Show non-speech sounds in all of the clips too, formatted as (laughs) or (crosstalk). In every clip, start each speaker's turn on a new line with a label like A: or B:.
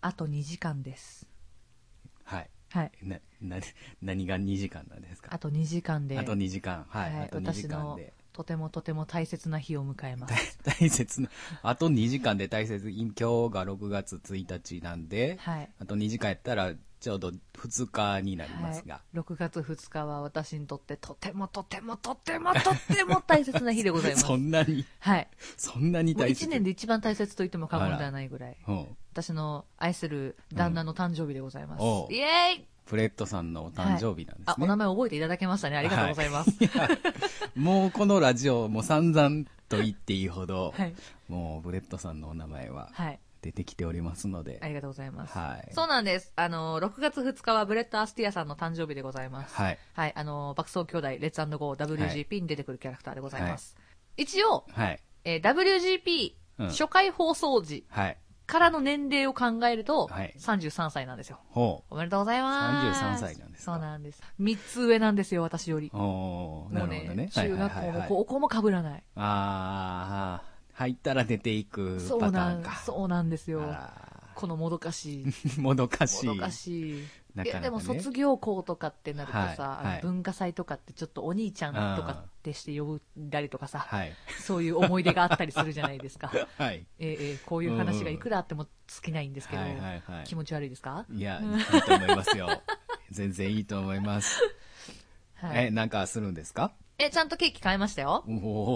A: あと2時間です。
B: はい。
A: はい。
B: な、な、何が2時間なんですか
A: あと2時間で、
B: あと2時間。はい。
A: はい
B: あと2時
A: 私
B: 間
A: の
B: で。
A: とてもとても大切な日を迎えます。
B: (laughs) 大大切な、あと2時間で大切、今日が6月1日なんで、
A: はい。
B: あと2時間やったら、ちょうど2日になりま
A: はい
B: すが、、
A: 6月2日は私にとってとてもとてもとてもとても大切な日でございます
B: (laughs) そ。んなに、
A: はい。
B: そんなに
A: もう
B: 大切。
A: 1年で一番大切と言っても過言ではないぐらい。
B: うん。
A: 私の愛する旦那の誕生日でございます。
B: うんおう
A: イエーイ
B: プレットさんのお誕生日なんで
A: あ
B: す、
A: お
B: ね。
A: 名前覚えていただけましたね。ありがとうございます。
B: もうこのラジオ、もう散々と言っていいほど、
A: はい。
B: もうブレットさんのお名前 (laughs) は
A: はい。
B: 出てきておりますので、
A: ありがとうございます。
B: はい。
A: そうなんです。あの、6月2日はブレッド・アスティアさんの誕生日でございます。
B: はい。
A: はい。あの、爆走兄弟、レッツゴー WGP に出てくるキャラクターでございます。一応、
B: はい。
A: えー WGP
B: うん
A: 初回放送時
B: はい。
A: からの年齢を考えると、
B: はい
A: 33歳なんですよ。
B: ほう。
A: おめでとうございます。
B: 33歳なんですか
A: そうなんです。3つ上なんですよ、私より。
B: おー
A: も
B: な
A: う
B: るほどね。はい
A: 中
B: はい
A: 学校も
B: はいはい
A: 高校も被らない。
B: あー、入ったら出ていく
A: そう
B: パタ
A: な
B: ーン
A: ん
B: か。
A: そうなんですよ。
B: あ
A: このもどか
B: (laughs)
A: しい。
B: ーもどかしい。
A: もどかしい。
B: なかなか
A: い
B: ね
A: や、でも卒業校とかってなるとさ、
B: はいはい
A: あの文化祭とかってちょっとお兄ちゃんとかってして呼んだりとかさ、
B: はい。
A: そういう思い出があったりするじゃないですか。 (laughs)
B: はい。
A: ええええこういう話がいくらあっても尽きないんですけど、
B: はいはいは
A: 気持ち悪いですか
B: い。いや、いいと思いますよ。全然いいと思います。
A: は
B: え、
A: い。
B: なんかするんですか
A: え、ちゃんとケーキ買いましたよ。
B: お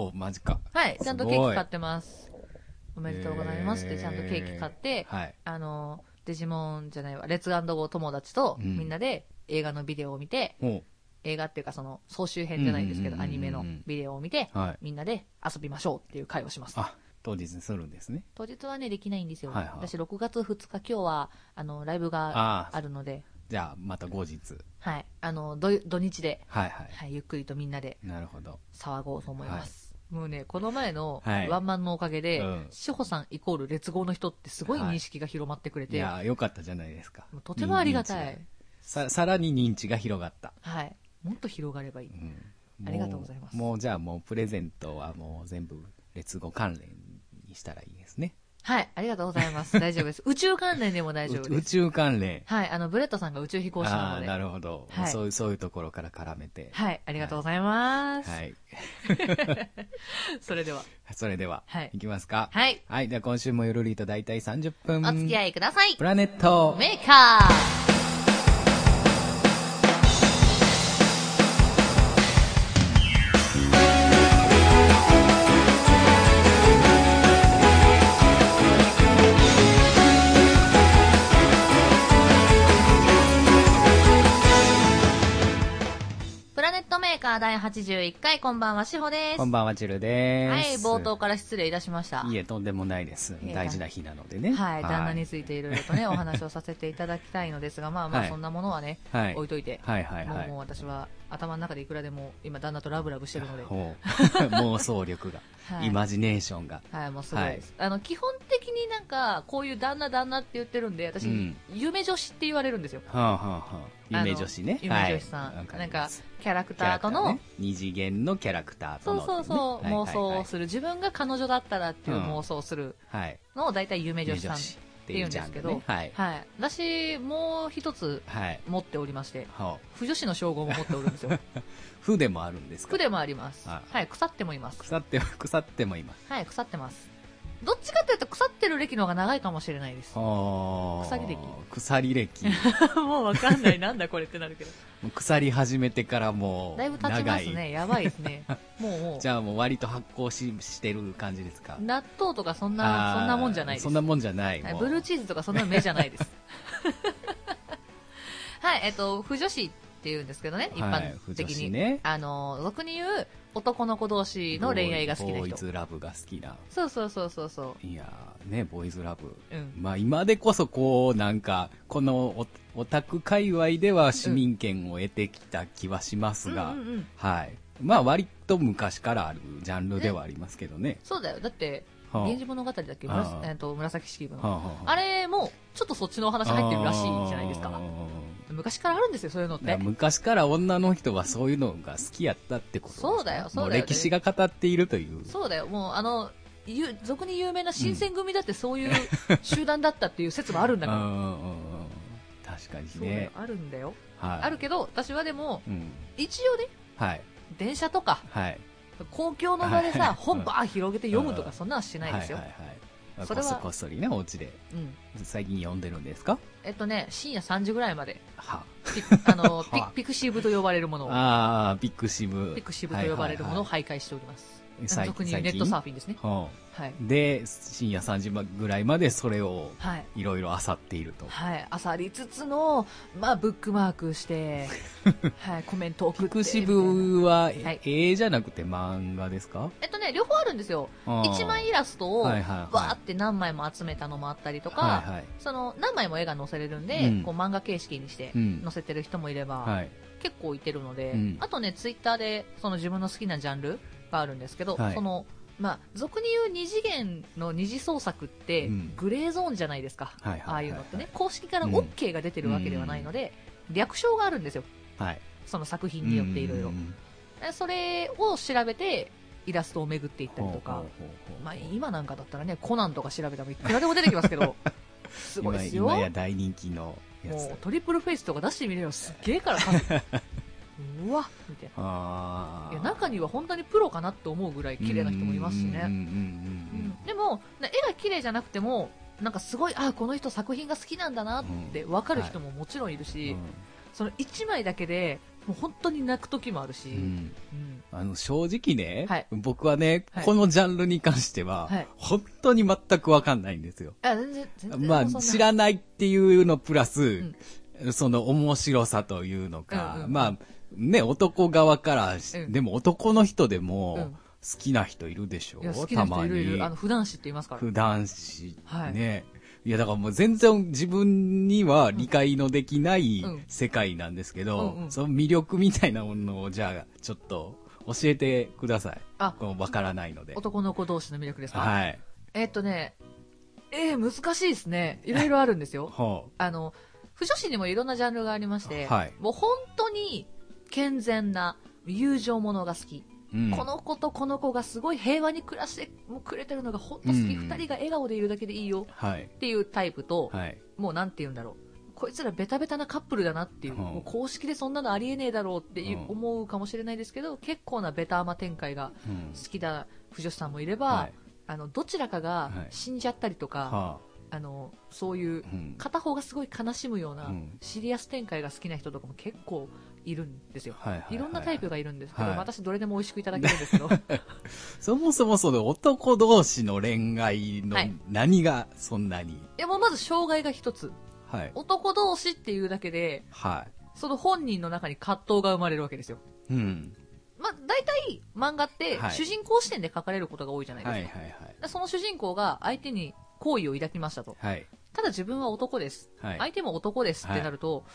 B: おマジか。。
A: はい、ちゃんとケーキ買っててます。おめでとうございますって、ちゃんとケーキ買って、
B: はい。
A: あの、デジモンじゃないわ、レッツゴー友達と
B: うん
A: みんなで映画のビデオを見て、
B: ほ
A: 映画っていうかその総集編じゃないですけ
B: う
A: ど、
B: んうん
A: ア
B: うんうん
A: ニメのビデオを見て、
B: う。はい。
A: みんなで遊びましょうっていう会をします。
B: あ、当日にするんですね。
A: 当日はね、できないんですよ。
B: はいはい
A: 私、6月2日、今日は、あの、ライブが
B: ああ、
A: あるので、
B: じゃあ、また後日。
A: はい。あの、ど土日で、
B: はいは
A: はい、ゆっくりとみんなで
B: い。なるほど。
A: 騒ごうと思います。もうね、この前の
B: はい
A: ワンマンのおかげで、
B: うん
A: 志保さんイコール劣後の人ってすごい認識が広まってくれ
B: い
A: て、
B: やー、よかったじゃないですか
A: もう。とてもありがた
B: 認知
A: い。
B: ささらに認知が広がった。
A: はい。もっと広がればいい。
B: うん
A: ありがとうございます
B: ももうじゃあもうプレゼントはもう全部列語関連にしたらいいですね。
A: はい、ありがとうござい
B: (laughs)
A: ます。大丈夫です。宇宙関連でも大丈夫
B: う
A: で
B: 宇
A: す。
B: 宙関連。
A: はい、あの、ブレットさんが宇宙飛行士な
B: あ
A: の
B: あー、
A: で。
B: なるほど、
A: はい
B: そういう。そういうところから絡めて。
A: はい、ありがとうございます。
B: はい。
A: それでは、
B: それでは、
A: はい
B: いきますか。
A: はい、
B: はい。じゃあ今週もゆるりと大体30分。
A: お付き合いください
B: プ。ラネット。
A: メーカープラネットメーカー第81回、こんばんは、しほです。
B: こんばんは、ちるです。
A: はい、冒頭から失礼いたしました。
B: いえ、とんでもないです
A: い。や
B: 大事な日なのでね。
A: はい、旦那についていろいろとね、お話をさせていただきたいのですが、まあま
B: は
A: あ、
B: い
A: そんなものはね、
B: はい
A: 置いといて、
B: はいはい
A: も
B: は
A: う
B: い
A: もう私は頭の中でいくらでも、今、旦那とラブラブしてるので、
B: (laughs) ほう (laughs) 妄想力が、
A: はい
B: イマジネーションが。
A: はい、もうすごいです、
B: は
A: あの基本的になんか、こういう旦那、旦那って言ってるんで、私、
B: うん
A: 夢女子って言われるんですよ、
B: はあはあはあ夢女子ね。
A: あの夢女子さん、
B: はい
A: なん
B: わりま
A: か
B: す、
A: キャラクターとの、
B: キャラクターね二次元のキャラクターと
A: そう
B: のってい
A: そう
B: ね。
A: そう、
B: はいはいはい
A: 妄想をする、自分が彼女だったらっていう妄想をする
B: はい。
A: のを大体夢女
B: 夢
A: 子さ
B: 女
A: んっ
B: 子って
A: て
B: い
A: 言う
B: う
A: ん
B: ジ
A: で
B: ャ
A: す
B: ン
A: け
B: ル
A: ど、
B: ね。はい。
A: はい、私、もう一つ
B: はい。
A: 持っておりまして、
B: ほう。
A: 不女子の称号も持っておるん
B: (laughs)
A: ですよ。
B: 負でもあるんですか
A: 服でもあります。
B: あ
A: はい、腐ってもいます。
B: 腐って、腐ってもいます。
A: はい、腐ってます。どっちかというと腐ってる歴の方が長いかもしれないです。
B: ほう。
A: 鎖歴 (laughs)
B: 鎖歴。も
A: もうわかんない。なんだこれってなるけど。
B: う腐り始めてからもう、
A: (laughs) だいぶ経ちますね。やばいですね。もうも
B: じゃあもう割と発酵ししてる感じですか
A: う、納豆とかそんな、
B: あー
A: そんなもんじゃないです。
B: そんなもんじゃない。
A: はい
B: もう
A: ブルーチーズとかそんな目じゃ
B: (laughs)
A: ないです。はい、えっと、不女子っていうんですけどね、一
B: は
A: 般
B: い不女
A: 的に。
B: 子ね
A: あの、俗に言う男の子同士の恋愛が好きな
B: ボーイボーイ
A: 人。
B: ズラブが好きな。
A: そうそうそうそうそ
B: いやーね、ボーイズラブ。
A: う。うん。
B: まあ今でこそこう、なんか、このオオタク界隈では市民権を得てきた気はしますが、
A: うんうんうん
B: はい。まあ割と昔からあるジャンルではありますけどね。
A: そうだよ。だって、
B: はあ
A: 源氏物語だっけ、
B: はあ
A: むらえっと紫式部の、
B: はあは
A: あれもちょっとそっちのお話入ってるらしいじゃないです
B: あ
A: か
B: ー
A: 昔からあるんですよそういうのっ
B: だから
A: て
B: 昔から女の人はそういうのが好きやったってことですね
A: そうだよそうだよ
B: もう歴史が語っているという。
A: そうだよもうあのゆ俗に有名な新選組だってそういう集団だったっていう説もあるんだ
B: う
A: から、
B: んうんうんうん確かに
A: そうだ
B: ね
A: よあるんだよ、
B: はい
A: あるけど私はでも
B: うん
A: 一応ね
B: はい
A: 電車とか
B: はい
A: 公共の場で
B: はい
A: さ本ばー広げて読むとかそんなのしないですよ、
B: はいはいはい
A: それは
B: こそこっそりねお家で
A: うん、
B: 最近読んでるんですか
A: えっとね深夜3時ぐらいまで
B: は
A: (laughs) ピあのピ
B: は
A: ピクシブと呼ばれるものを
B: ああピックシブ
A: ピクシブと呼ばれるものを徘徊しております、
B: はいはいはい
A: 俗に言うネットサー
B: フ
A: フィンですね
B: ィ
A: はい
B: で深夜3時ぐらいまでそれを
A: はい
B: いろいろ漁っていると
A: はい、朝ありつつの、まあ、ブックマーク
B: (laughs)
A: して、はい、コメント送っ
B: ピ
A: て
B: クシブ
A: は
B: は
A: い
B: 絵じゃなくて漫画ですか
A: えっとね、両方あるんですよ
B: あー
A: 一枚イラストを
B: は
A: わ
B: いはいはい
A: ーって何枚も集めたのもあったりとか、
B: はいはい
A: その何枚も絵が載せれるんで、
B: うん
A: こう漫画形式にして
B: うん
A: 載せてる人もいれば、
B: はい
A: 結構いてるので、
B: うん
A: あとねツイッターでその自分の好きなジャンルがあるんですけど、
B: はい
A: そのまあ俗に言う二次元の二次創作って
B: うん
A: グレーゾーンじゃないですか、
B: はいはいはい
A: ああいうのってね公式から
B: うん
A: OK が出てるわけではないので、略称があるんですよ
B: はい
A: その作品によっていろいろ
B: うん
A: それを調べてイラストを巡っていったりとか
B: ほうほうほうほう
A: まあ、今なんかだったらねコナンとか調べたらいくらでも出てきますけ
B: (laughs)
A: どすごいですよ
B: 今今や大人気のやつ
A: もうトリプルフェイスとか出してみれよすっげえから数
B: (laughs)
A: うわみたいな
B: ああ
A: いや中には本当にプロかなと思うぐらい綺麗な人もいますし
B: うんうん
A: ね、
B: うん
A: うんでもな絵が綺麗じゃなくてもなんかすごいあこの人作品が好きなんだなって分かる人ももちろんいる
B: うん
A: し、
B: うん
A: その1枚だけでもう本当に泣く時もあるし、
B: う
A: うん
B: ん
A: うん
B: あの正直ね、
A: はい
B: 僕はね、
A: はい
B: このジャンルに関しては、
A: はい
B: 本当に全くわかんないんですよ。
A: あ全然全然
B: ま
A: もうそん
B: あ、
A: な
B: 知らないっていうのプラス、その面白さというのか、
A: うんうん
B: まあ、ね、男側からし、
A: うん
B: でも男の人で
A: うん
B: も、好きな人いるでしょ
A: いや好きな
B: たま
A: 人いるい
B: に
A: るあ。の普段師って言いますから
B: 普段し、
A: はい
B: ね。いや、だからもう全然自分には理解のできない
A: うん
B: 世界なんですけど、
A: うんうん
B: その魅力みたいなものを、じゃあ、ちょっと教えてください。
A: あ
B: このわからないので。
A: 男の子同士の魅力ですか、
B: はい。
A: えっとねえー、難しいですねいろいろあるんですよ
B: ほう。
A: あの、不女子にもいろんなジャンルがありまして、
B: はい
A: もう本当に健全な友情ものが好き、
B: うん
A: この子とこの子がすごい平和に暮らしてくれてるのが本当好き、
B: うん
A: 二人が笑顔でいるだけでいいよ
B: はい。
A: っていうタイプと、
B: はい。
A: もうなんて言うんだろう。こいつらベタベタなカップルだなっていう、
B: うん
A: もう公式でそんなのありえねえだろうっていう
B: うん
A: 思うかもしれないですけど、結構なベタ甘展開が
B: うん
A: 好きな不女子さんもいれば、
B: はい
A: あの、どちらかが
B: はい
A: 死んじゃったりとか、
B: は
A: あの、そういう
B: あうん
A: 片方がすごい悲しむような
B: うん
A: シリアス展開が好きな人とかも結構いるんですよ。
B: はいはいはい
A: いろんなタイプがいるんですけど、
B: はい
A: 私どれでも美味しくいただけるん
B: (laughs)
A: ですけど、
B: そもそもその男同士の恋愛の
A: はい
B: 何がそんなに。
A: でもまず障害が一つ。
B: はい。
A: 男同士っていうだけで、
B: は
A: その本人の中に葛藤が生まれるわけですよ。
B: い。うん。
A: まあ、大体漫画って
B: はい
A: 主人公視点で書かれることが多いじゃな
B: はいい
A: です
B: は
A: か。
B: いはい。
A: でその主人公が相手に好意を抱きましたと。
B: はい。
A: ただ自分は男です。
B: はい。
A: 相手も男ですってなると、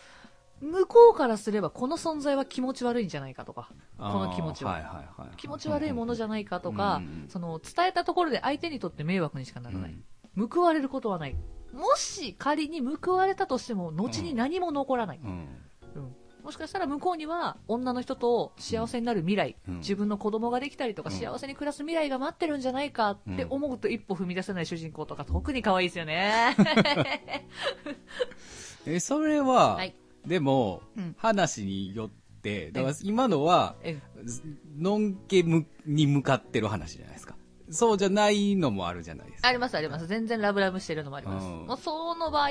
A: 向こうからすればこの存在は気持ち悪いんじゃないかとか。
B: あー
A: この気持ちは
B: はいはいはい。
A: 気持ち悪いものじゃないかと
B: う
A: か
B: んうんうん、
A: その伝えたところで相手にとって迷惑にしかならな
B: う
A: い
B: ん。
A: 報われることはない。もし仮に報われたとしても、後に何も残らない。
B: うん。
A: もしかしたら向こうには女の人と幸せになる未来、
B: うん
A: 自分の子供ができたりとか
B: うん
A: 幸せに暮らす未来が待ってるんじゃないかって思うと一歩踏み出せない主人公とか特に可愛いですよね。
B: え、それは
A: はい、
B: でも
A: うん、
B: 話によって、だから今のは、
A: え
B: のんけむに向かってる話じゃないですか。そうじゃないのもあるじゃないですか。
A: ありますあります。全然ラブラブしてるのもあります。
B: うん
A: もうその場合、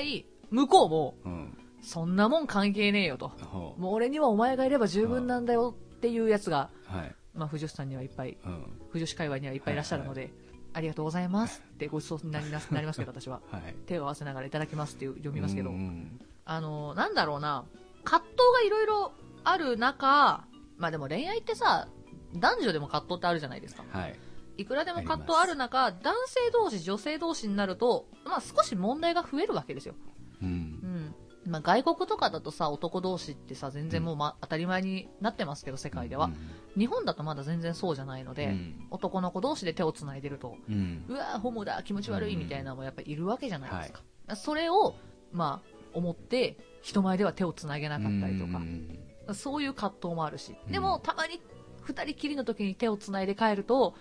A: 向こうも、
B: うん。
A: そんなもん関係ねえよと。
B: ほう
A: もう俺にはお前がいれば十分なんだよっていうやつが、
B: はい。
A: まあ、不女子さんにはいっぱい、
B: うん。
A: 不女子界隈にはいっぱいいらっしゃるので、ありがとうございますってごちそうになりななりますけど、私は。
B: はい。
A: 手を合わせながらいただきますって読みますけど
B: う、ん
A: あの、なんだろうな、葛藤がいろいろある中、まあでも恋愛ってさ、男女でも葛藤ってあるじゃないですか。
B: はい。
A: いくらでも葛藤ある中、男性同士、女性同士になると、まあ少し問題が増えるわけですよ。
B: うん
A: う。ん。まあ外国とかだとさ、男同士ってさ、全然もう、ま、当たり前になってますけど、世界では。日本だとまだ全然そうじゃないので、
B: うん
A: 男の子同士で手をつないでると、
B: うん。う
A: う
B: ん
A: わーホモだ、気持ち悪いみたいなのもやっぱいるわけじゃないですか。
B: は
A: それを、まあ、思って、人前では手をつなげなかったりとか
B: う、ん
A: そういう葛藤もあるし、
B: うん
A: でもたまに二人きりの時に手をつないで帰ると、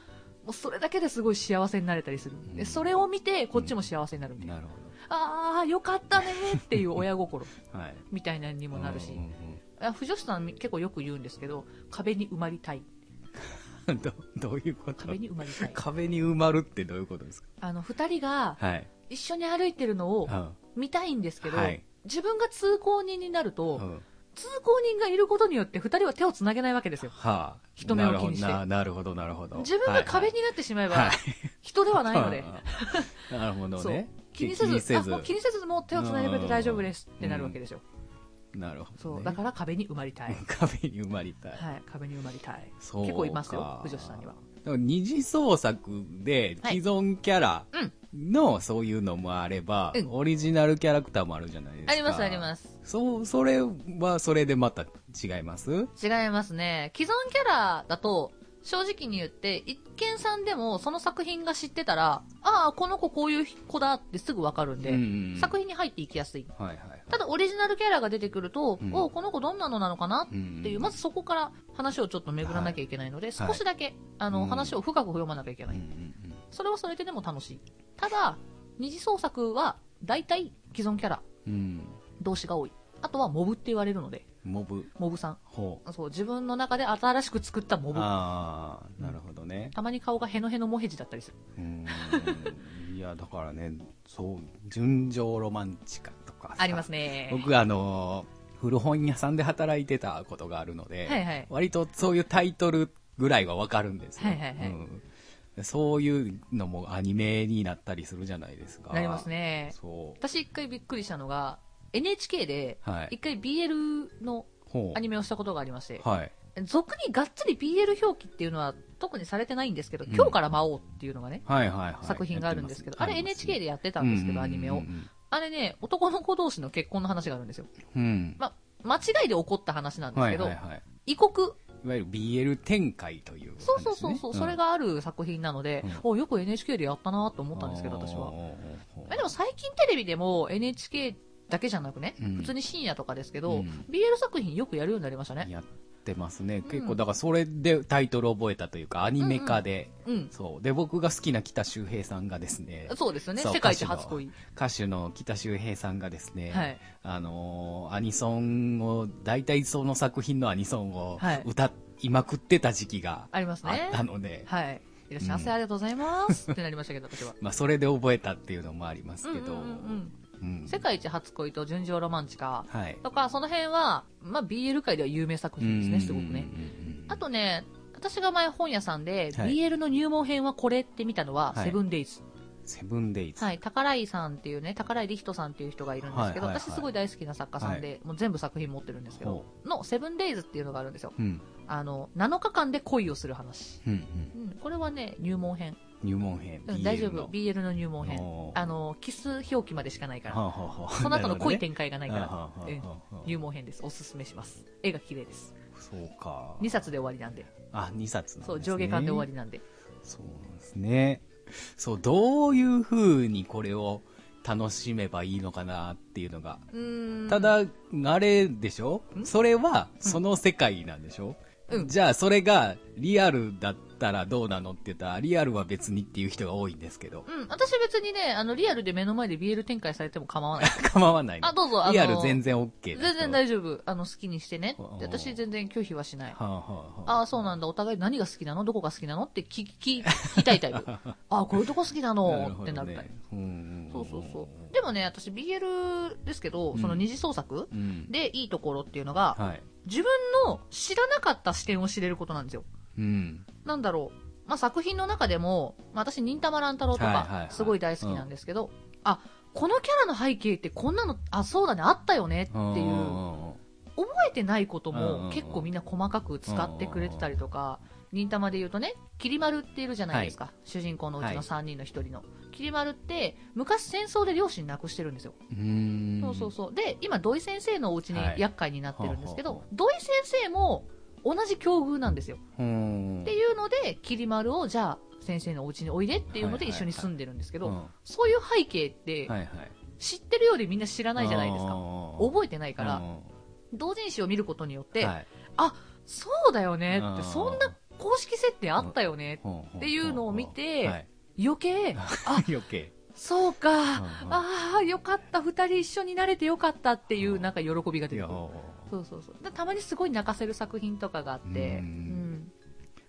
A: もうそれだけですごい幸せになれたりする。
B: う
A: で
B: ん
A: それを見て、こっちも幸せになるみたいな。
B: なるほ
A: ああ、よかったねーっていう親心
B: ど。はい。
A: みたいなのにもなるし
B: (laughs) うん。
A: あ不女子さん結構よく言うんですけど、壁に埋まりたい。
B: うんうんどどういうこと
A: 壁に埋まり
B: (laughs)
A: たい。
B: 壁に埋まるってどういうことですか
A: あの、二人が
B: はい。
A: 一緒に歩いてるのを
B: うん
A: 見たいんですけど、
B: はい
A: 自分が通行人になると、
B: うん
A: 通行人がいることによって二人は手をつなげないわけですよ。
B: はあ。
A: 人目を気にして
B: なるほどななるほど、なるほど。
A: 自分が壁になってしまえ
B: はいは
A: ば
B: い、
A: 人ではないの
B: う
A: で
B: ん。うんうんなるほどね。
A: 気にせず、
B: 気にせ
A: あもう気にせずもう手をつないでくれて大丈夫ですってなるわけでしょ。
B: なるほど、
A: そ
B: ね。
A: う、だから壁に埋まりたい。
B: 壁に埋まりたい。
A: はい、壁に埋まりたい。
B: そうか
A: 結構いますよ、不女子さんには。
B: でも二次創作で
A: はい
B: 既存キャラ
A: うん
B: のそういうのもあれば、
A: うん
B: オリジナルキャラクターもあるじゃないですか。。
A: ありますあります
B: そう、それはそれでまた違います
A: す。違いますね。既存キャラだと、正直に言って、一見さんでもその作品が知ってたら、ああ、この子こういう子だってすぐわかるんで、
B: うんうんうん
A: 作品に入っていきやすい。
B: はいはいはい。
A: ただオリジナルキャラが出てくると、
B: うん
A: おうこの子どんなのなのかなっ
B: うん
A: ていう、まずそこから話をちょっと巡らなきゃいけないので、
B: はい
A: 少しだけ、あの、
B: うん
A: 話を深く読まなきゃいけ
B: う
A: なんい。
B: うんうん
A: それはそれででも楽しい。ただ、二次創作は、大体既存キャラ、
B: うん。
A: 同士が多い。あとはモブって言われるので、
B: モブ。
A: モブさん。
B: ほう。
A: そう、自分の中で新しく作ったモブ。
B: ああ、なるほどね。
A: たまに顔がヘノヘノモヘジだったりする。
B: うーん。いや、だからね、そう、純情ロマンチカとかさ
A: ありますね。
B: (laughs) 僕あのー古本屋さんで働いてたことがあるので、
A: はいはい
B: 割とそういうタイトルぐらいはわかるんですよ、
A: はいはいはい
B: うんそういうのもアニメになったりするじゃないですか
A: なりますね。
B: そう
A: 私一回びっくりしたのが、NHK で、
B: はい
A: 一回 BL の
B: ほう
A: アニメをしたことがありまして、
B: はい
A: 俗にがっつり BL 表記っていうのは特にされてないんですけど、
B: うん
A: 今日から魔王っていうのがね、
B: はいはいはい
A: 作品があるんですけど、あれ NHK で
B: や
A: や
B: っ
A: って
B: て
A: た
B: ます
A: ん
B: ね
A: ですけど、アニメ
B: う
A: を
B: ん。
A: あれね、男の子同士の結婚の話があるんですよ。
B: うんうんうん
A: ま、間違いで起こった話なんです
B: はい
A: けど
B: はい、はい
A: 異国、
B: いわゆる BL 展開という、ね、
A: そうそうそう、そうそれ
B: が
A: がある作品なので
B: うん、
A: およく NHK でやったなと思ったんですけど、私は。えでも最近テレビでも NHK だけじゃなくね、
B: うん
A: 普通に深夜とかですけ
B: う
A: ど
B: ん、
A: BL 作品よくやるようになりましたね。
B: やってますね、結構だからそれでタイトル覚えたというかアニメ化で、
A: うん。
B: そうで僕が好きな北周平さんがですね
A: そうですよね、
B: そう
A: 世界一初恋。
B: 歌手の北周平さんがですね、
A: はい
B: あのーアニソンを大体その作品のアニソンを
A: はい
B: 歌いまくってた時期が
A: ありますね
B: あったので、
A: はい。いらっしゃいませ、
B: うん
A: ありがとうございます。ってなりましたけど、私は。
B: まあ、それで覚えたっていうのもあります
A: うんう
B: け
A: んう
B: ど、
A: んうん
B: うん
A: 世界一初恋と純情ロマンチカ
B: はい
A: とか、その辺は、まあ、BL 界では有名作品ですね、すごくね。あとね、私が前本屋さんで、
B: はい
A: BL の入門編はこれって見たのは、
B: はい
A: セブンデイズ。
B: セブンデイズ、
A: はい、宝井さんっていうね、宝井理人さんっていう人がいるんですけど、
B: はいはいはい
A: 私すごい大好きな作家さんで、もう全部作品持ってるんですけど
B: ほ、
A: のセブンデイズっていうのがあるんですよ。
B: うん
A: あの、7日間で恋をする話。
B: うんうん
A: うん、これはね、入門編。
B: 入門編、
A: うん
B: BL
A: 大丈夫、
B: の
A: BL の入門編。
B: おー
A: あの、キス表記までしかないから。
B: はあはあは (laughs) あ
A: その後の濃い
B: なる
A: 展開がないか
B: はあは
A: ら
B: あは
A: う
B: あ、
A: ん入門編です。おすすめします。絵が綺麗です。
B: ほどねそうか
A: 2冊で終わりなんで。
B: あ二冊なんです、ね、
A: そう、上下巻で終わりなんで。
B: そうなんですねそうどういう風にこれを楽しめばいいのかなっていうのが
A: うーん。
B: た、だあれでしょ
A: ん
B: それはその世界なんでしょ、
A: うん
B: じゃあそれがリアルだったらどうなのって言ったらリアルは別にっていう人が多いんですけど
A: うん、私別にね、あの、リアルで目の前で BL 展開されても構わ
B: (laughs)
A: ない。
B: 構わないの
A: あどうぞあの
B: リアル全然 OK です
A: 全然
B: 丈
A: 大丈夫。あの、好きにしてね
B: お。う
A: で私全然拒否はしない。
B: はあ、はあは
A: ああ、そうなんだ。お互い何が好きなのどこが好きなのって聞き、聞聞きたい
B: (laughs)
A: タイプ。ああ、こういうとこ好きな
B: あ、
A: のってなるタイプ。
B: うんうんん
A: そうそうそう。でもね、私 BL ですけど、その二次創作
B: うん
A: でいいところっていうのが、
B: はい
A: 自分の知らなかった視点を知れることなんですよ。
B: うん
A: なんだろう。まあ、作品の中でも、まあ、私、忍たま乱太郎と
B: はいはい
A: か
B: は、い
A: すごい大好きなんですけど、あ、このキャラの背景ってこんなの、あ、そうだね、あったよねって
B: ん
A: い
B: ん
A: う、
B: んん
A: 覚えてないこと
B: うんうんう
A: も
B: ん
A: 結構みんな細かく使ってくれてたりとか、忍たまで言うとね、きり丸っているじゃないですか、主人公のうち
B: はい
A: の3人の1人の。きり丸って、昔戦争で両親亡くしてるんですよ。
B: うーん
A: そうそうそう。で、今、土井先生のお家に
B: はい
A: 厄介になってるんですけ
B: ほう
A: ど土
B: ほ、
A: 井先生も同じ境遇なんですよ。
B: うん
A: っていうので、きり丸をじゃあ、先生のお家においでっていうので
B: はいはいはい
A: 一緒に住んでるんですけど、
B: うんは
A: そういう背景っ
B: い
A: て
B: はい
A: 知ってるよりみんな知らないじゃないですか。
B: 覚
A: 覚えてないから、同人誌を見ることによって、
B: はい、
A: そうだよねっ
B: うん
A: て、そんなこ公式設定あったよね、
B: ほんほんほんほ
A: っ
B: ん
A: ていうのを見て
B: はい、
A: 余計、あ、
B: 余計。
A: そうか、
B: うん
A: ああ、よかった、二人一緒になれてよかったっていうう、
B: ん
A: なんか喜びが出て
B: いや
A: くる。そうそうそう。でたまにすごい泣かせる作品とかがあって、
B: う
A: うんん。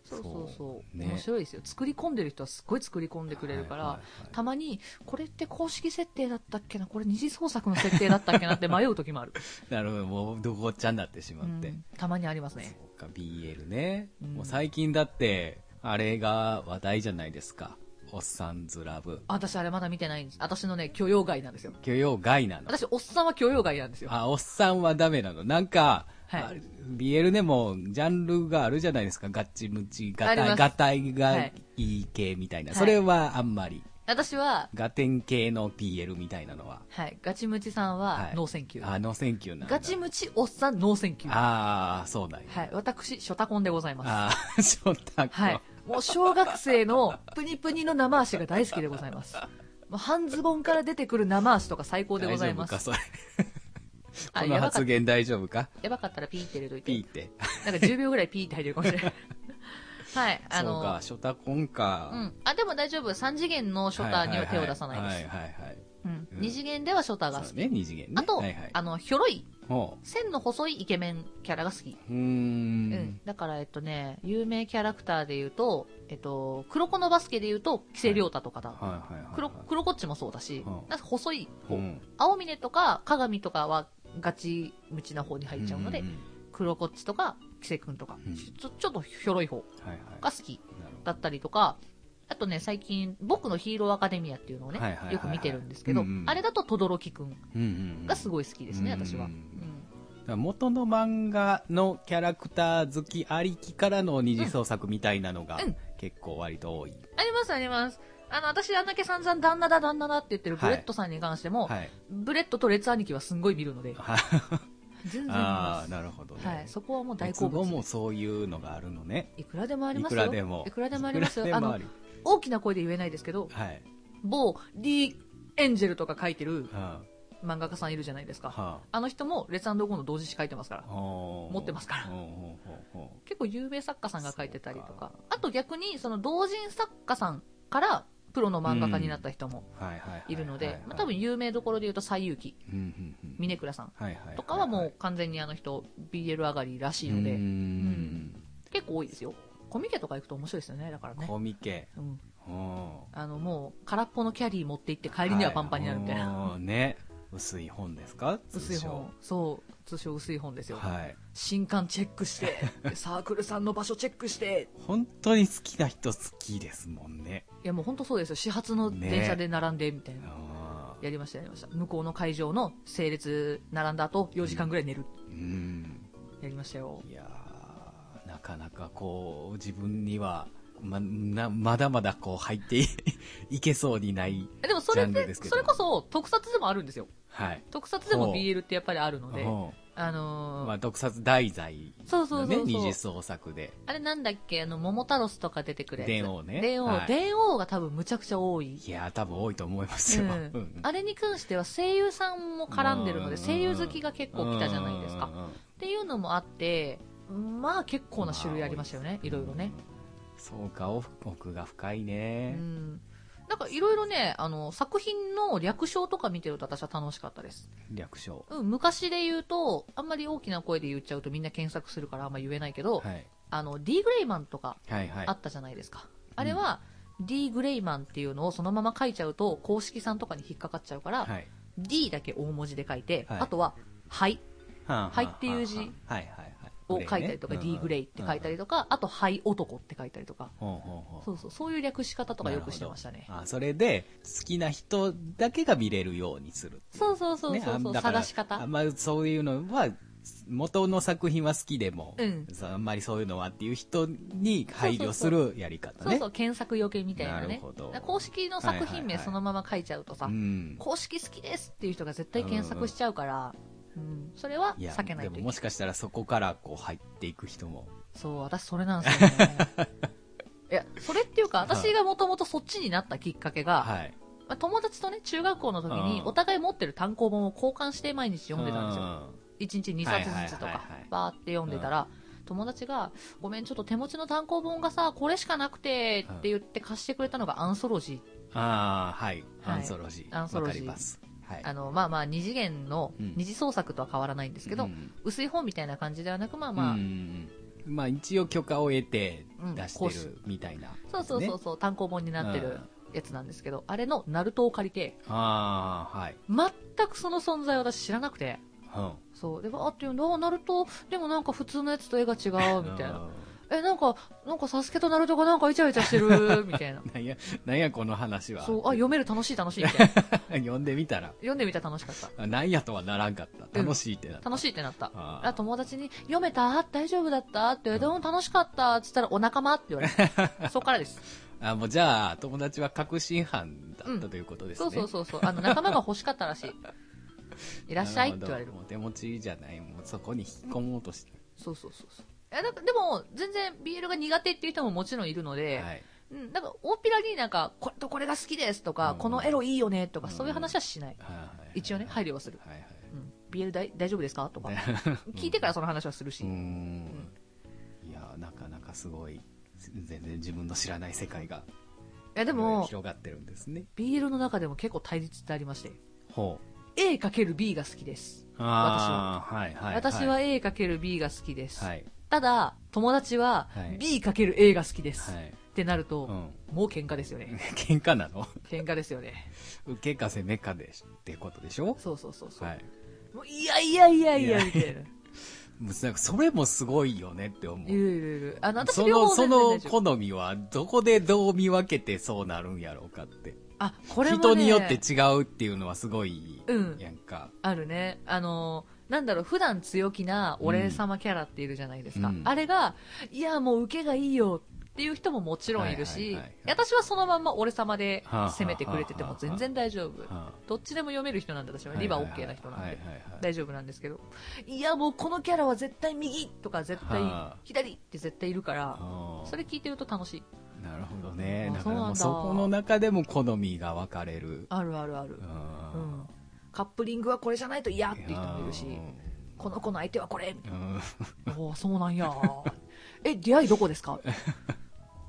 A: そうそう
B: そ
A: そうう。
B: ね
A: 面白いですよ。作り込んでる人はすごい作り込んでくれるから、
B: はいはいはい
A: たまに、これって公式設定だったっけな、これ二次創作の設定だったっけなって迷う時
B: (laughs)
A: もある。
B: なるほど、もうどこっちゃになってしま
A: う
B: って。
A: んたまにありますね。
B: そうか、BL ね。
A: うん
B: もう最近だって、あれが話題じゃないですか。おっさんずラブ。
A: あ私あれまだ見てないんです。私のね、許容外なんですよ。
B: 許容外なの。
A: 私、おっさんは許容外なんですよ。
B: あ、おっさんはダメなの。なんか、
A: はい
B: あ BL でもジャンルがあるじゃないですか。ガッチムチ、ガ
A: あり
B: タイ、
A: ます
B: ガタ
A: は
B: イが
A: い
B: いい系みたいな。
A: はい
B: それはあんまり。
A: 私は、
B: ガテン系の BL みたいなのは。
A: はい、ガチムチさん
B: は、
A: はいノーセンキュー。
B: あ、ノーセンキューなんだ。
A: ガチムチおっさん、ノーセンキュー。
B: ああ、そうだよ。
A: はい、私、ショタコンでございます。
B: あ (laughs) あ、ショタコ。
A: はい。もう小学生のプニプニの生足が大好きでございます。もう半ズボンから出てくる生足とか最高でございま
B: 大丈夫か、
A: す。
B: それ。
A: あ
B: (laughs) この
A: やばかっ
B: 発言大丈夫か
A: やばかったらピーって入れといて。
B: ピーって。
A: なんか10秒ぐらいピーって入ってるかもしれない。はい、あ
B: そうか
A: の、、
B: ショタコンか。
A: うん。あ、でも大丈夫。3次元のショターには手を出さないです。
B: はいはいはい。
A: うん
B: うん
A: 2次元ではショターが好
B: そう
A: き。
B: ね、二次元ね。
A: あと、
B: はいはい。
A: あの、ひょろい、
B: ほ
A: 線の細いイケメンキャラが好き。
B: う。うー
A: うんん。。だから、えっとね、有名キャラクターで言うと、えっと、黒子のバスケで言うと、キセリョ太とかだ。
B: はいはいはいはい。
A: 黒黒こっちもそうだし、
B: うん
A: なんか細い方、
B: うん
A: 青峰とか鏡とかはガチムチな方に入っちゃうので、
B: んん
A: 黒こっちとかキセ君とか、
B: うん
A: ちょちょっとひょろい方
B: うんはいはい。
A: が好き
B: なるほど
A: だったりとかあとね最近「僕のヒーローアカデミア」っていうのをね、
B: はいはいはいはい
A: よく見てるんですけど、
B: うんうん
A: あれだと轟君
B: うんうんうん
A: がすごい好きですね、
B: うん
A: 私は、
B: う
A: うんん
B: だから元の漫画のキャラクター好きありきからの二次創作みたいなのが
A: うん
B: 結構割と多い。
A: ありますありますあの私あんだけ散々旦那だ旦那だって言ってるブレットさんに関しても、
B: はい。
A: ブレットとレッツ兄貴はすんごい見るので全然見ま
B: (laughs) ああ、
A: す
B: なるほどね。
A: はい、そこはもう大
B: 鉄
A: 好
B: 語
A: 物
B: もそういうのがあるのね。
A: いくらでもあり
B: い
A: ます
B: く
A: よ
B: らでも。
A: いくらでもありますよ
B: いくら
A: あ
B: でも
A: の
B: ある
A: 大きな声で言えないですけど
B: はい。
A: 某リー・エンジェルとか書いてる
B: うんは
A: 漫画家さんいるじゃないですか
B: あ
A: あの人もレッツゴーの同時誌書いてますから
B: 持
A: 持ってますから
B: ほうほうほ
A: 結構有名作家さんが書いてたりと
B: そう
A: かあと逆にその同人作家さんからプロの漫画家になった人も
B: うはいはいはい
A: いるの
B: はい
A: で
B: はい
A: まあ多分有名どころで言うと西遊記
B: うんうんうん
A: 峰倉さん
B: はいはい
A: とかはもう完全にあの人 BL 上がりらしいの
B: うー
A: で
B: ん
A: 結構多いですよコミケとか行くと面白いですよねだからね
B: コミケ
A: うん
B: うん
A: あのもう空っぽのキャリー持って行って帰りにはパンパンになるみたいな、
B: はうんね薄い本ですか
A: (laughs) 薄い
B: 通
A: 本
B: 称
A: そう通称薄い本ですよ、
B: はい
A: 新刊チェックして
B: (laughs)
A: サークルさんの場所チェックして
B: 本当に好きな人好きですもんね
A: いやもう本当そうですよ始発の電車で並んでみたいな、
B: あ
A: やりましたやりました向こうの会場の整列並んだ後4時間ぐらい寝る、
B: ーうん
A: やりましたよ
B: いやーなかなかこう自分にはまなまだまだこう入ってい (laughs) けそうにない
A: でもそれ
B: ジャン
A: で
B: ルですけ
A: そ
B: ど
A: れこそ特撮でもあるんですよ
B: はい
A: 特撮で
B: ほ
A: も
B: う
A: BL ってやっぱりあるので
B: うん
A: あのー
B: まあ、特撮題材
A: そうそ
B: の
A: うそう
B: ね
A: そう、
B: 二次創作で
A: あれなんだっけあの桃太郎とか出てくるやつ
B: 電王ね
A: 電王、
B: はい
A: 電王が多分むちゃくちゃ多い
B: いやー多分多いと思いますよ、
A: うん
B: うん
A: あれに関しては声優さんも絡んでるので
B: うん
A: 声優好きが結構来たじゃないですか
B: うんうんうん
A: っていうのもあってまあ結構な種類ありましたよねいろいろね
B: そうか奥が深いうね、
A: んなんかいろいろねあの作品の略称とか見てると私は楽しかったです、
B: 略称
A: うん、昔で言うとあんまり大きな声で言っちゃうとみんな検索するからあんま言えないけど、
B: はい
A: あの D グレイマンとか
B: はいはい
A: あったじゃないですか、あれは D グレイマンっていうのをそのまま書いちゃうと公式さんとかに引っかかっちゃうから、
B: はい
A: D だけ大文字で書いて、
B: はい
A: あとは「はい」
B: は
A: はいっていう字
B: はいはいはい
A: を書いたりとか、D グレイって書いたり
B: とか、
A: とか、あと、はい男って書いたりとか、
B: ほうほうほう
A: そうそう、そういう略し方とかよくしてましたね
B: なる。ほどあそれで好きな人だけが見れるようにするってい
A: そうそうそう
B: ね
A: そう、
B: あんだから
A: 探し
B: あ
A: 方
B: ん。まりそういうのは元の作品は好きでも、
A: うん
B: そうあんまりそういうのはっていう人に配慮するやり方ね
A: そうそう、検索余計みたいな
B: なる
A: ね
B: ほど。
A: 公式の作品
B: はいはい
A: 名
B: はい
A: そのまま書いちゃうとさ
B: う、ん
A: 公式好きですっていう人が絶対検索しちゃうから、うんそれはい
B: や
A: 避けないといけ
B: でも
A: な
B: も
A: い。
B: しかしたらそこからこう入っていく人も
A: そう、私それなんですよ
B: (laughs)
A: ね。いや、それっていうか、私がもともとそっちになったきっかけが、
B: はい
A: まあ友達とね、中学校の時に
B: うん
A: お互い持ってる単行本を交換して毎日読んでたんですよ。
B: よ
A: 1日2冊ずつと
B: はいはい
A: か
B: はいはい
A: バーって読んでたら、友達が、ごめん、ちょっと手持ちの単行本がさ、これしかなくて、って言って貸してくれたのがアンソロジー。
B: ああ、はい。
A: はい
B: アンソロジー。
A: アンソロジー
B: わかります。はい。
A: あの、まあまあ、二次元の
B: うん
A: 二次創作とは変わらないんですけど、
B: うん
A: 薄い本みたいな感じではなく、まあまあ、
B: まあ、まあ一応許可を得て出
A: うん講
B: して
A: 師
B: るみたいな、
A: そうそうそう
B: ね
A: そう、単行本になってるやつなんですけど、あれのナルトを借りて、
B: ああ、はい。
A: 全くその存在を私知らなくて、
B: うん。
A: そう、で、わーっていうの、あーナルト、でもなんか普通のやつと絵が違う、みたい
B: (laughs)
A: な。え、なんか、なんかサスケとナルトがなんかイチャイチャしてる、みたいな。
B: なんや、なんやこの話は。 (laughs)
A: そう、あ、読める楽しい楽しい、みたいな。
B: 読んでみたら、
A: 読んでみたら楽しか
B: (laughs)
A: った。
B: あなんやとはならんかった。楽しいってなった。
A: 楽しいってなった。
B: あー
A: あ友達に、読めた大丈夫だったって、でも楽しかったって言ったら、お仲間って言われ
B: (laughs)
A: て。そっからです。
B: あ、もうじゃあ、友達は確信犯だったということです
A: そ
B: ね。
A: うそうそうそう。あの、仲間が欲しかったらしい。
B: (laughs)
A: いらっしゃいって言われる
B: な。ほどもう手持ちじゃない、もうそこに引っ込もうとして。
A: そうそうそうそう。え、なんか、でも、全然 BL が苦手っていう人ももちろんいるので、
B: はい。
A: うん、なんか、大っぴらになんか、これとこれが好きですとか、
B: うん
A: このエロいいよねとか、
B: うん
A: そういう話はしない。
B: はい
A: 一応ね、配慮はする。
B: はいはい。
A: うん、BL 大大丈夫ですかとか、
B: ね
A: 聞いてからその話はするし。
B: うーん。いや、なかなかすごい。全然自分の知らない世界が
A: いや、で
B: いろいろ
A: も、
B: 広がってるんですね。
A: BL の中でも結構対立ってありまして、
B: ほ
A: A×B が好きです。
B: う。ああ、はいはい。
A: 私は A×B が好きです。
B: はい。
A: ただ、友達は
B: はい
A: B×A が好きです。
B: はい。
A: ってなると、
B: うん。 (laughs)
A: もう喧嘩ですよね。
B: 喧嘩なの
A: 喧嘩ですよね。
B: 受けかせめかでしってことでしょ
A: そうそうそうそう。、
B: はいい。
A: もういやいやいやいや、みたいな。
B: もうなんかそれもすごいよねって思
A: いる
B: う。
A: いるいる。あの、私
B: そ
A: 両
B: の、
A: 方
B: そ
A: 全然
B: の
A: 大丈夫。
B: 好みはどこでどう見分けてそうなるんやろうかって。
A: あ、これも、ね、
B: 人によって違うっていうのはすごい
A: うん
B: やんか。
A: あるね。あの、なんだろう、普段強気なお礼様キャラっているじゃないですか。
B: うん
A: あれが、いや、もう受けがいいよっていう人ももちろんいる
B: はいはい
A: し、
B: はいはい
A: 私はそのまんま俺様で
B: はあはあ
A: 攻めてくれてても全然大丈夫。
B: は
A: どっちでも読める人なんで私は、
B: い
A: リバー OK な人なんで。
B: はいはいはい
A: 大丈夫なんですけど、いや、もうこのキャラは絶対右とか絶対
B: はあ
A: 左って絶対いるから、
B: うん
A: それ聞いてると楽しい。
B: なるほどね。
A: あ
B: だからもう
A: そうな
B: そ
A: んだ
B: この中でも好みが分かれる。
A: あるあるある
B: う。
A: うんん。カップリングはこれじゃないと嫌っていう人もいるし
B: う、
A: この子の相手はこれみたいな。
B: ん
A: おおそうなんやえ出会いどこですか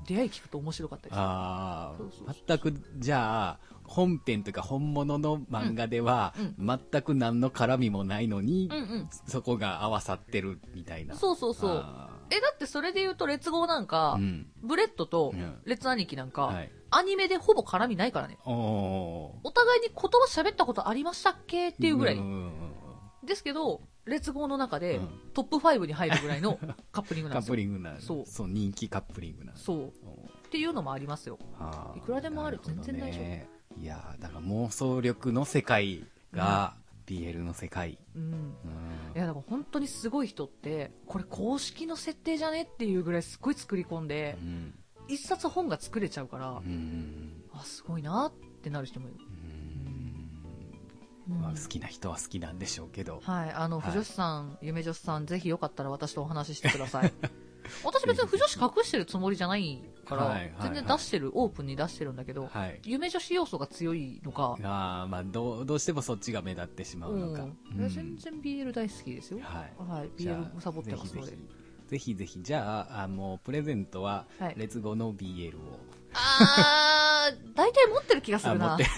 A: 出会い聞くと面白かったです
B: あ
A: そうそう
B: あ、全く、じゃあ、本編というか本物の漫画では、全く何の絡みもないのに、
A: うんうん
B: そこが合わさってるみたいな。
A: そうそうそう
B: あ
A: えだってそれで言うとレッツゴーなんか、
B: ーうん。
A: ブレッドと
B: うん
A: レッツ兄貴なんか、
B: はい。
A: アニメでほぼ絡みないからね
B: おおー。
A: お互いに言葉喋ったことありましたっけっていうぐらい、
B: んん
A: ですけどレッツゴーの中で、
B: うん
A: トップ5に入るぐらい
B: (laughs)
A: のカップリング
B: うん
A: なんです
B: カッ
A: よ
B: プリングなん
A: そう
B: そう、人気カップリングなんです
A: そうっていうのもありますよ
B: あー
A: いくらでもある
B: なほど
A: 全然大
B: ねいやーだから妄想力の世界が、BL の世界。
A: うん
B: うん
A: いやでも本当にすごい人ってこれ公式の設定じゃねっていうぐらいすごい作り込んで
B: う、ん
A: 一冊本が作れちゃうから、
B: うん
A: あすごいなってなる人もいる、うん
B: まあ、好きな人は好きなんでしょうけど、
A: はいあの
B: はい
A: 不女子さん、夢女子さんぜひよかったら私とお話ししてくだ
B: (laughs)
A: さい私別に不女子隠してるつもりじゃないから、
B: はいはいはい
A: 全然出してるオープンに出してるんだけど、
B: はい、
A: 夢女子要素が強いのか
B: あーまあどうどうしてもそっちが目立ってしまうのか、
A: うん
B: うん
A: 全然 BL 大好きですよ
B: はい
A: はい
B: じゃあ
A: BL もサボってますので
B: ぜひぜひぜひぜひじゃああもうプレゼントは
A: はい
B: レッツゴーの BL を、
A: あー大体持ってる気がす
B: あ
A: る
B: 持
A: な
B: って
A: (laughs)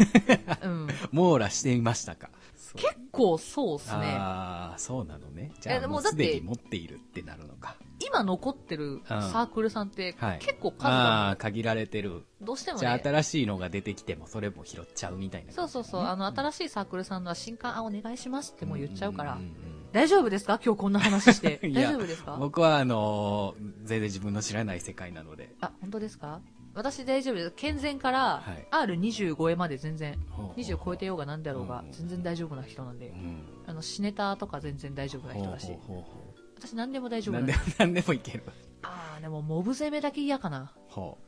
A: うん、
B: 網羅してみましたかそう
A: 結構そうですね
B: ああそうなのねじ
A: いや
B: ゃ
A: で
B: あ
A: も
B: もう
A: だっ
B: す
A: て
B: でに持っているってなるのか
A: 今残ってるサークルさんって
B: はい
A: 結構数
B: あ
A: が
B: あ限られてる
A: どうしてもね
B: じゃあ新しいのが出てきてもそれも拾っちゃうみたいな
A: そうそうそう、あの、新しいサークルさんのは新刊、あ、お願いしますって
B: で
A: もう言っちゃうから、
B: んうん
A: 大丈夫ですか今日こんな話して。大
B: (laughs) いや
A: 丈夫ですか
B: 僕はあのー全然自分の知らない世界なので、
A: あ、本当ですか私大丈夫です。健全から
B: はい
A: R25 へまで全然、
B: ほう
A: 20超えてようが何だろうが
B: うん、
A: 全然大丈夫な人なんで
B: う、ん、
A: あの、死ネタとか全然大丈夫な人だ
B: ほ
A: し
B: う、ほうほ
A: 私何でも大
B: う
A: 丈夫な
B: 何
A: ん
B: で
A: で
B: (laughs) も。何でもいける
A: あー、でもモブ攻めだけ嫌かな。
B: ほ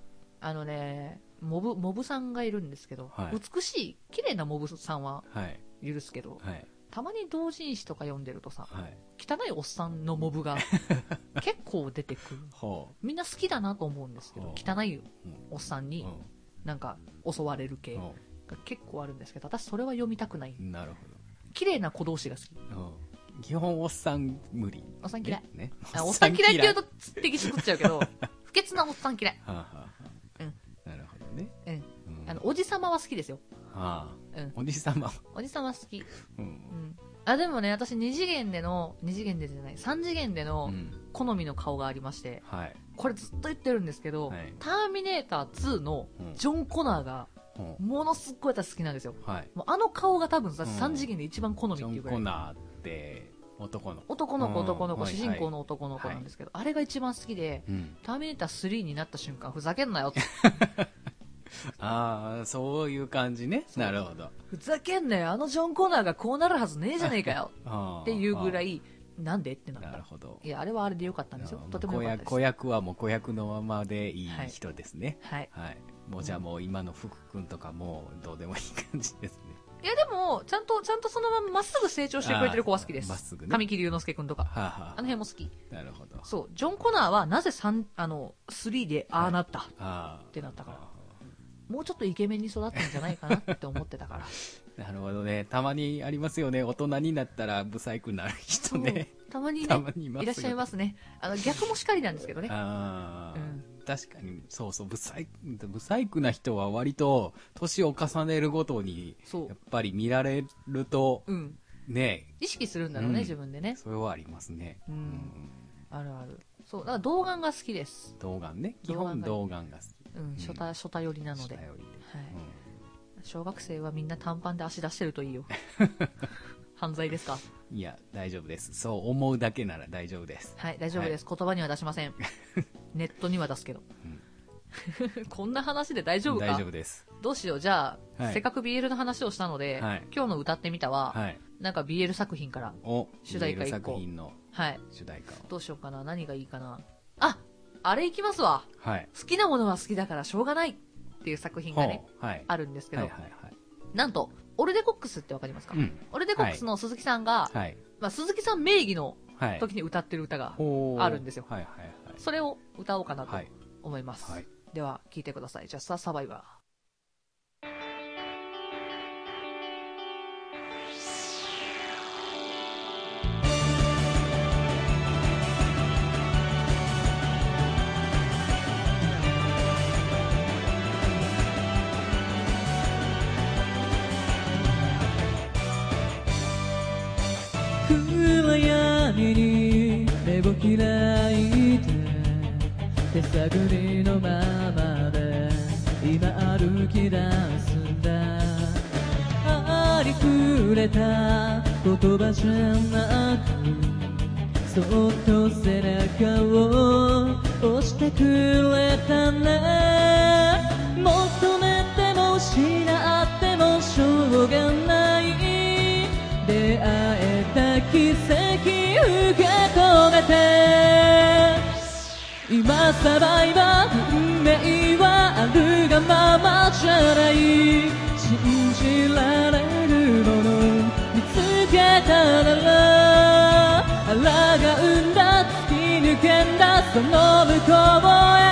A: あのね、モブ、モブさんがいるんですけど
B: はい、
A: 美しい、綺麗なモブさんは
B: うはい
A: 許すけど、
B: はい
A: たまに同人誌とか読んでるとさ、
B: はい
A: 汚いおっさんのモ (laughs) ブが結構出てくる
B: ほ
A: みんな好きだなと思うんですけど
B: ほう
A: 汚い
B: うん
A: おっさん
B: う、
A: に
B: う
A: なんか襲われる系
B: ん
A: が
B: ほ
A: 結構あるんですけど私それは読みたくないう
B: なるほ
A: 綺麗な子同士が好き
B: ど、基本おっさん無理。
A: おっさん嫌い。
B: ね。
A: あおっさん嫌いって言う
B: は
A: と、敵しくっちゃうけど、不潔なおっさん嫌い。
B: あ、はあ
A: うん
B: なるほどね。
A: うん。
B: うん
A: あの、おじさまは好きですよ。
B: あ
A: うん
B: あ。おじさま。
A: おじさま好き。
B: う。
A: うんん。あ、でもね、私2次元での、2次元でじゃない、3次元で
B: う
A: の
B: ん。
A: 好みの顔がありまして、
B: はい。
A: これずっと言ってるんですけど、
B: はい
A: ターミネーター2の
B: うん
A: ジョン・コナーが
B: うん
A: ものすっごい私好きなんですよ。
B: はい。
A: もうあの顔が多分さ、
B: うん
A: 3次元で一番好みっ
B: ジ
A: ていう
B: ョン・
A: ぐら
B: コ
A: い。
B: ナーって男の。
A: 男の子、
B: うん
A: 男の子、
B: はい
A: 主人公の男の子なんですけど、あれが一番好きで、
B: うん。
A: ターミネーター3になった瞬間、ふざけんなよ
B: (laughs)
A: って。
B: ああ、そういう感じね。なるほど。
A: ふざけんなよ、あのジョン・コナーがこうなるはずねえじゃねえか
B: (laughs)
A: よ
B: ああ
A: っていうぐら。い、なんでって
B: あ
A: な
B: あ
A: っ
B: なる
A: た。
B: ほど
A: い。や、あれはあれでよかったんですよ
B: あ。あ
A: とてもよかったで
B: 子
A: す。
B: 役子役はもう子役のままでいい人ですね。
A: はい。
B: はい。もうじゃあもう今の福君とかもうどうでもいい感じですね。
A: いや、でも、ちゃんと、ちゃんとそのまままっすぐ成長してくれてる子は好きで
B: あーまっ
A: す
B: すぐ。ね
A: 神木隆之介くんとか。
B: はあ、
A: あ
B: は
A: の辺も好き。
B: あ、なるほど。あ
A: そう、ジョン・コナーはなぜ3、あの、3でああなった、
B: あ。
A: ってなったからもうちょっとイケメンに育ったんじゃないかなって思ってたから。
B: なるほどね。たまにありますよね。大人になったら、ブサイクになる人 (laughs) ね。
A: うんたまに
B: た
A: ね
B: まにいますよ
A: いらっしゃいますね。あの、逆もしかりなんですけどね。
B: ああ、
A: うん
B: 確かに、そうそう、ブサイク、ブサイクな人は割と、年を重ねるごとに、
A: そう
B: やっぱり見られると、
A: うん。
B: ね、
A: 意識するんだろうね、
B: うん
A: 自分でね。
B: それはありますね。
A: うん
B: うん
A: あるある。そう、だから童顔が好きです。
B: 童顔ね。基本
A: 童
B: 童顔が好
A: うん、初対、初対寄りな
B: き。
A: ので。
B: 下
A: はい。
B: よりうん
A: 小学生はみんな短パンで足出してるとい
B: (laughs)
A: いよ。犯罪ですか
B: いや、大丈夫です。そう思うだけなら大丈夫です。
A: はい、大丈夫です。言葉には出しま
B: (laughs)
A: せん。ネットには出すけど。 (laughs) こんな話で大丈夫か
B: 大丈夫です。
A: どうしよう。じゃあ、
B: はい
A: せっかく BL の話をしたので、
B: はい
A: 今日の歌ってみたは、
B: はい。
A: なんか BL 作品から。
B: お、
A: 主題歌
B: 見
A: 一
B: え
A: 個
B: る作品の
A: はい。
B: 主題歌を。
A: どうしようかな。何がいいかな。ああれいきますわ。
B: はい。
A: 好きなものは好きだからしょうがないっていう作品がね
B: ほ、うはい。
A: あるんですけ
B: は
A: ど、
B: いはいはい。
A: なんと、オルデコックスってわかりますか、
B: うん。
A: オルデコックスの鈴木さんが、
B: はい。
A: まあ、鈴木さん名義の
B: はい。
A: 時に歌ってる歌が、
B: ほう
A: あるんですよ
B: はいはい
A: それを歌おうかなと
B: はい。はい。
A: 思います。
B: はい。
A: では、聴いてください。ジャスターサバイバ
C: 暗闇に目を開いて手探りのままで今歩き出すんだありふれた言葉じゃなくそっと背中を押してくれたね求めても失ってもしょうがない出会えた奇跡受け止めて今サバイバー運命はあるがままじゃない信じられるもの見つけたなら抗うんだ突き抜けんだその向こう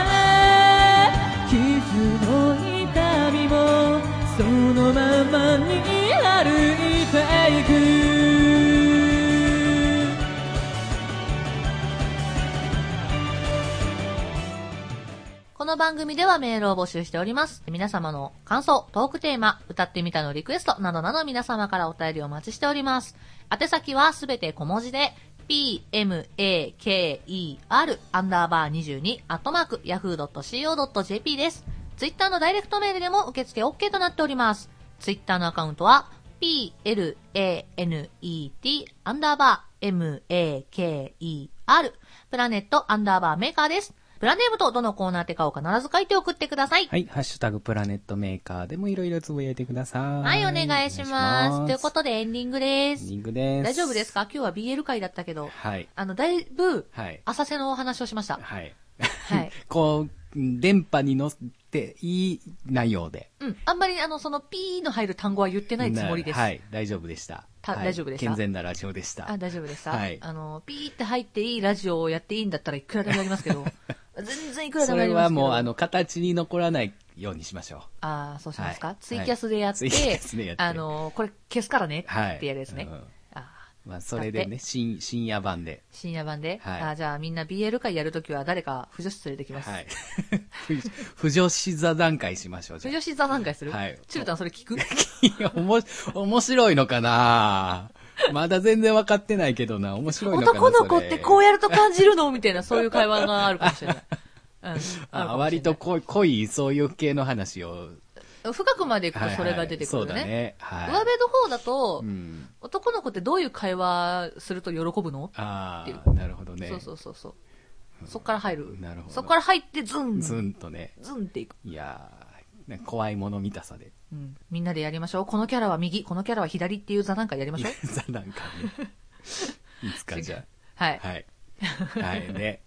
C: へ傷も痛みもそのままに歩いていく
A: ー。この番組ではメールを募集しております。皆様の感想、トークテーマ、歌ってみたのリクエストなどなど皆様からお便りをお待ちしております。宛先はすべて小文字で、pmaker アンダーバー22アットマーク yahoo.co.jp です。ツイッターのダイレクトメールでも受付 OK となっております。ツイッターのアカウントは planet アンダーバー maker プラネットアンダーバーメーカーです。プラネームとどのコーナーってかを必ず書いて送ってください。
B: はい。ハッシュタグプラネットメーカーでもいろいろつぶやいてくださ。
A: はいい、お願いします。ということとでエンディングです。
B: リングです。
A: 大丈夫ですか今日は BL 会だったけど、
B: はい。
A: あの、だいぶ、
B: はい。
A: 浅瀬のお話をしました。
B: はい。
A: はい。
B: こう、電波に乗っていい内容で。
A: うん。あんまり、あの、その、ピーの入る単語は言ってないつもりです。
B: はい。大丈夫でした。
A: た
B: はい
A: 大丈夫でした
B: 健全なラジオでした。
A: あ、大丈夫でした、
B: はい
A: あの、ピーって入っていいラジオをやっていいんだったらいくらでもやります
B: (laughs)
A: けど、全然いくらで
B: そ
A: もや
B: れ
A: りますけど。
B: はもう、あ、の、形に残らないようにしましょ
A: あーそうしますか、
B: はい
A: ツイキャスでやって、
B: はいツイキャスでやって
A: あの、これ消すからね
B: う。はい。
A: ってやるですね。
B: うん
A: あー
B: まあ、それで
A: だ
B: ね、深深夜版で。
A: 深夜版で、
B: はい
A: あじゃあみんな BL 会やるときは誰か不女子連れてきます。
B: はい。 (laughs) 不不女子座談会しましょう、じ
A: 不
B: ゃ
A: 女子座談会する、
B: はい
A: チルタンそれ聞く
B: あ。い (laughs) や、おもし、面白いのかなまだ全然分かってないけどな、面白いのかな
A: 男の子ってこう
B: や
A: やると感じるのみたいな、そういう会話があるかもしれない。う
B: (laughs)
A: ん、あるかも
B: あ
A: しれ
B: 割
A: な
B: と
A: い
B: 濃い、濃い、そういう系の話を。
A: 深くまでいくとそれが出てくるよね。
B: はいはいそ
A: 上
B: うだね。はい。
A: 辺の方だと、
B: うん。
A: 男の子ってどういう会話すると喜ぶの、
B: あ
A: ってい
B: あ、なるほどね。
A: そうそうそうそう。そっから入る。
B: なるほど
A: そっから入ってズン。
B: ずんとね。
A: ズンっていく。
B: いやー、ね怖いもの見たさで。
A: うん。みんなでやりましょう。このキャラは右、このキャラは左っていう座談会やりましょう。
B: (laughs) 座談会ね。いつかじゃ
A: は
B: あ。
A: (laughs) い。
B: はい。はい。
A: (laughs)
B: で、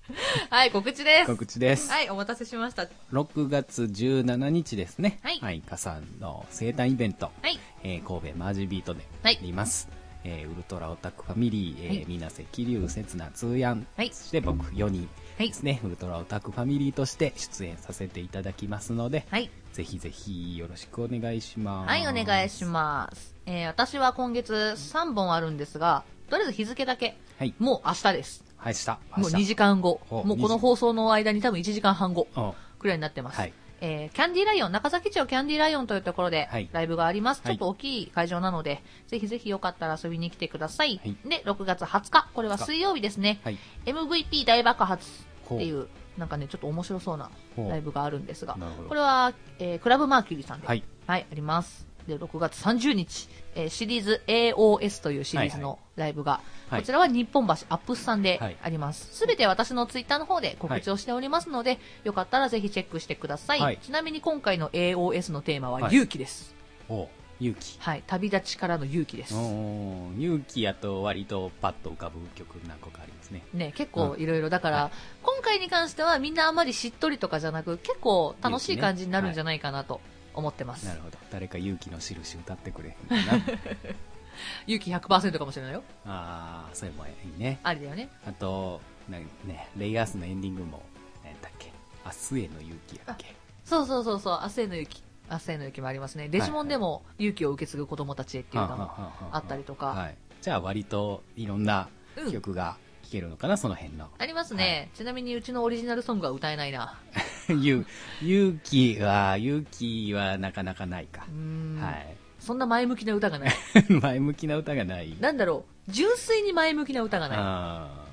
A: はい、告知です。
B: 告知です。
A: はい、お待たせしました。は
B: 6月17日ですね。
A: はい
B: カさんの生誕イベント。
A: い。
B: えー神戸マージビートで
A: はい
B: やります。えーウルトラオタクファミリー、えー
A: はい
B: 水瀬桐生刹那通やん、
A: はい
B: そして僕4人
A: はい
B: ですね、ウルトラオタクファミリーとして出演させていただきますので、
A: はい。
B: ぜひぜひよろしくお願いします。
A: はい、お願いします。えー、私は今月3本あるんですが、とりあえず日付だけ。
B: はい。
A: もう明日です。
B: はい、した。
A: もう2
B: 明日
A: 時間後。
B: お
A: もうこの
B: 2
A: 放送の間に多分1時間半後
B: お
A: くらいになってます。
B: はい。
A: えーキャンディーライオン、中崎町キャンディーライオンというところで
B: はい、
A: ライブがあります。
B: は
A: ち
B: い
A: ょっと大きい会場なので、ぜひぜひよかったら遊びに来てください。
B: はい
A: で、6月20日、これは水曜日ですね、
B: はい。
A: MVP 大爆発ってい
B: ほ
A: う、なんかね、ちょっと面白そうな
B: ほう
A: ライブがあるんですが、
B: なるほど
A: これは、えークラブマーキュリーさんで、
B: は
A: はいい、あります。で、6月30日、えーシリーズ AOS というシリーズのライブが、
B: はい
A: こちらは日本橋アップスさんで
B: はい
A: あります。すべ、て私のツイッターの方で告知をしておりますので、よかったらぜひチェックしてください。
B: はい
A: ちなみに今回の AOS のテーマは
B: はい
A: 勇気です。
B: お勇気。
A: はい、旅立ちからの勇気です。
B: おー勇気やと割とパッと浮かぶ曲何個かありますね。
A: ね、結構いろいろだから、
B: は
A: 今回に関してはみんなあまりしっとりとかじゃなく結構楽しい感じになるんじゃないかなと思ってます、
B: なるほど。誰か勇気の印歌ってくれへんか
A: (laughs)
B: な。
A: 勇気100%かもしれないよ
B: あー、それもいいね。
A: ありだよね
B: あと、なね、レイヤースのエンディングも、何だっけ。明日への勇気やっけ。
A: そうそうそうそう明日への勇気明日への勇気もありますねデジモンでも勇気を受け継ぐ子供たちへっていうのもあったりとか、
B: はい。じゃあ割といろんな
A: うん
B: 曲が聴けるのかな、その辺の。 (laughs)
A: ありますね、ちなみにうちのオリジナルソングは歌えないな
B: 勇勇気は、勇気はなかなかないか
A: う。ーん、
B: はい。 (laughs)
A: そんな前向きな歌がない
B: 前向きな歌がない。
A: なんだろう純粋に前向きな歌がない
B: あ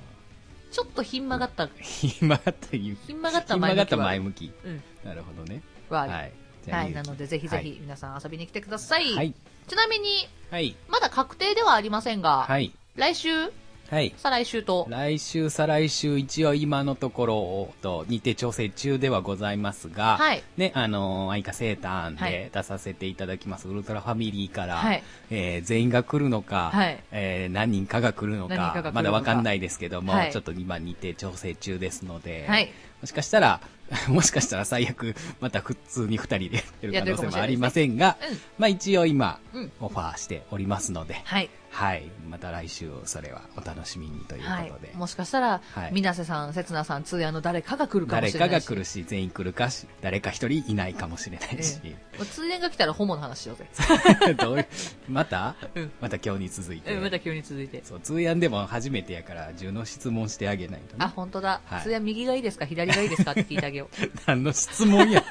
A: ちょっとひん曲がった、
B: ーひん曲がった勇気。
A: ひん曲がった
B: ひん曲
A: 前向
B: がっ
A: き
B: た
A: は
B: 前向き。
A: うん、
B: なるほどね。
A: はある
B: はい。じゃあ
A: はい、な
B: 勇気
A: のでぜひぜひ皆さん遊びに来てください、
B: はい。
A: ちなみに
B: はい。
A: まだ確定ではありませんが、
B: はい。
A: 来週
B: はい。
A: 再来週と
B: 来週、再来週、一応今のところおっと日程調整中ではございますが、
A: はい
B: ね、あのー、愛花生誕
A: はい
B: で出させていただきます、ウルトラファミリーから、
A: はい
B: えー全員が来るのか、
A: はい
B: えー何人かが来るのか、
A: 何人かが来るのか
B: まだわかんないですけども、
A: はい
B: ちょっと今日程調整中ですので、
A: はい
B: もしかしたら、 (laughs) もしかしたら最悪、また普通に二人でやってる可能性もありませんが、
A: うん
B: まあ一応今、
A: うん
B: オファーしておりますので、
A: はい、
B: はい。また来週、それはお楽しみにという
A: は
B: ことで。
A: い、もしかしたら、
B: はい
A: 水瀬さん、せつなさん、通夜の誰かが来るかも
B: 誰
A: しれな
B: か
A: いし
B: が来るし、全員来るかし、誰か一人いないかもしれないし。
A: (laughs) ええもう通夜が来たらホモの話しようぜ、
B: (laughs) どういう、また、
A: うん
B: また今日に続いて。
A: うんまた急に続いて
B: そう、通やんでも初めてやから、順の質問してあげないと
A: あ
B: ね。
A: 本当だ、
B: はい
A: 通夜右がいいですか左がいいですかって聞いてあげよう
B: (laughs) 何の質問や。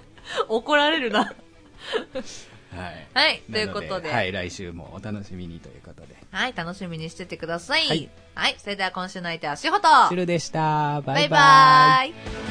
A: (laughs) 怒られるな
B: はい。
A: はいと
B: な
A: いう
B: の
A: ことで、
B: はい、来週もお楽しみにということで。
A: はい、楽しみにしててください。
B: は
A: はいい、それでは今週の相手はしほと。
B: シルでした。バイバイ。
A: バイバイ。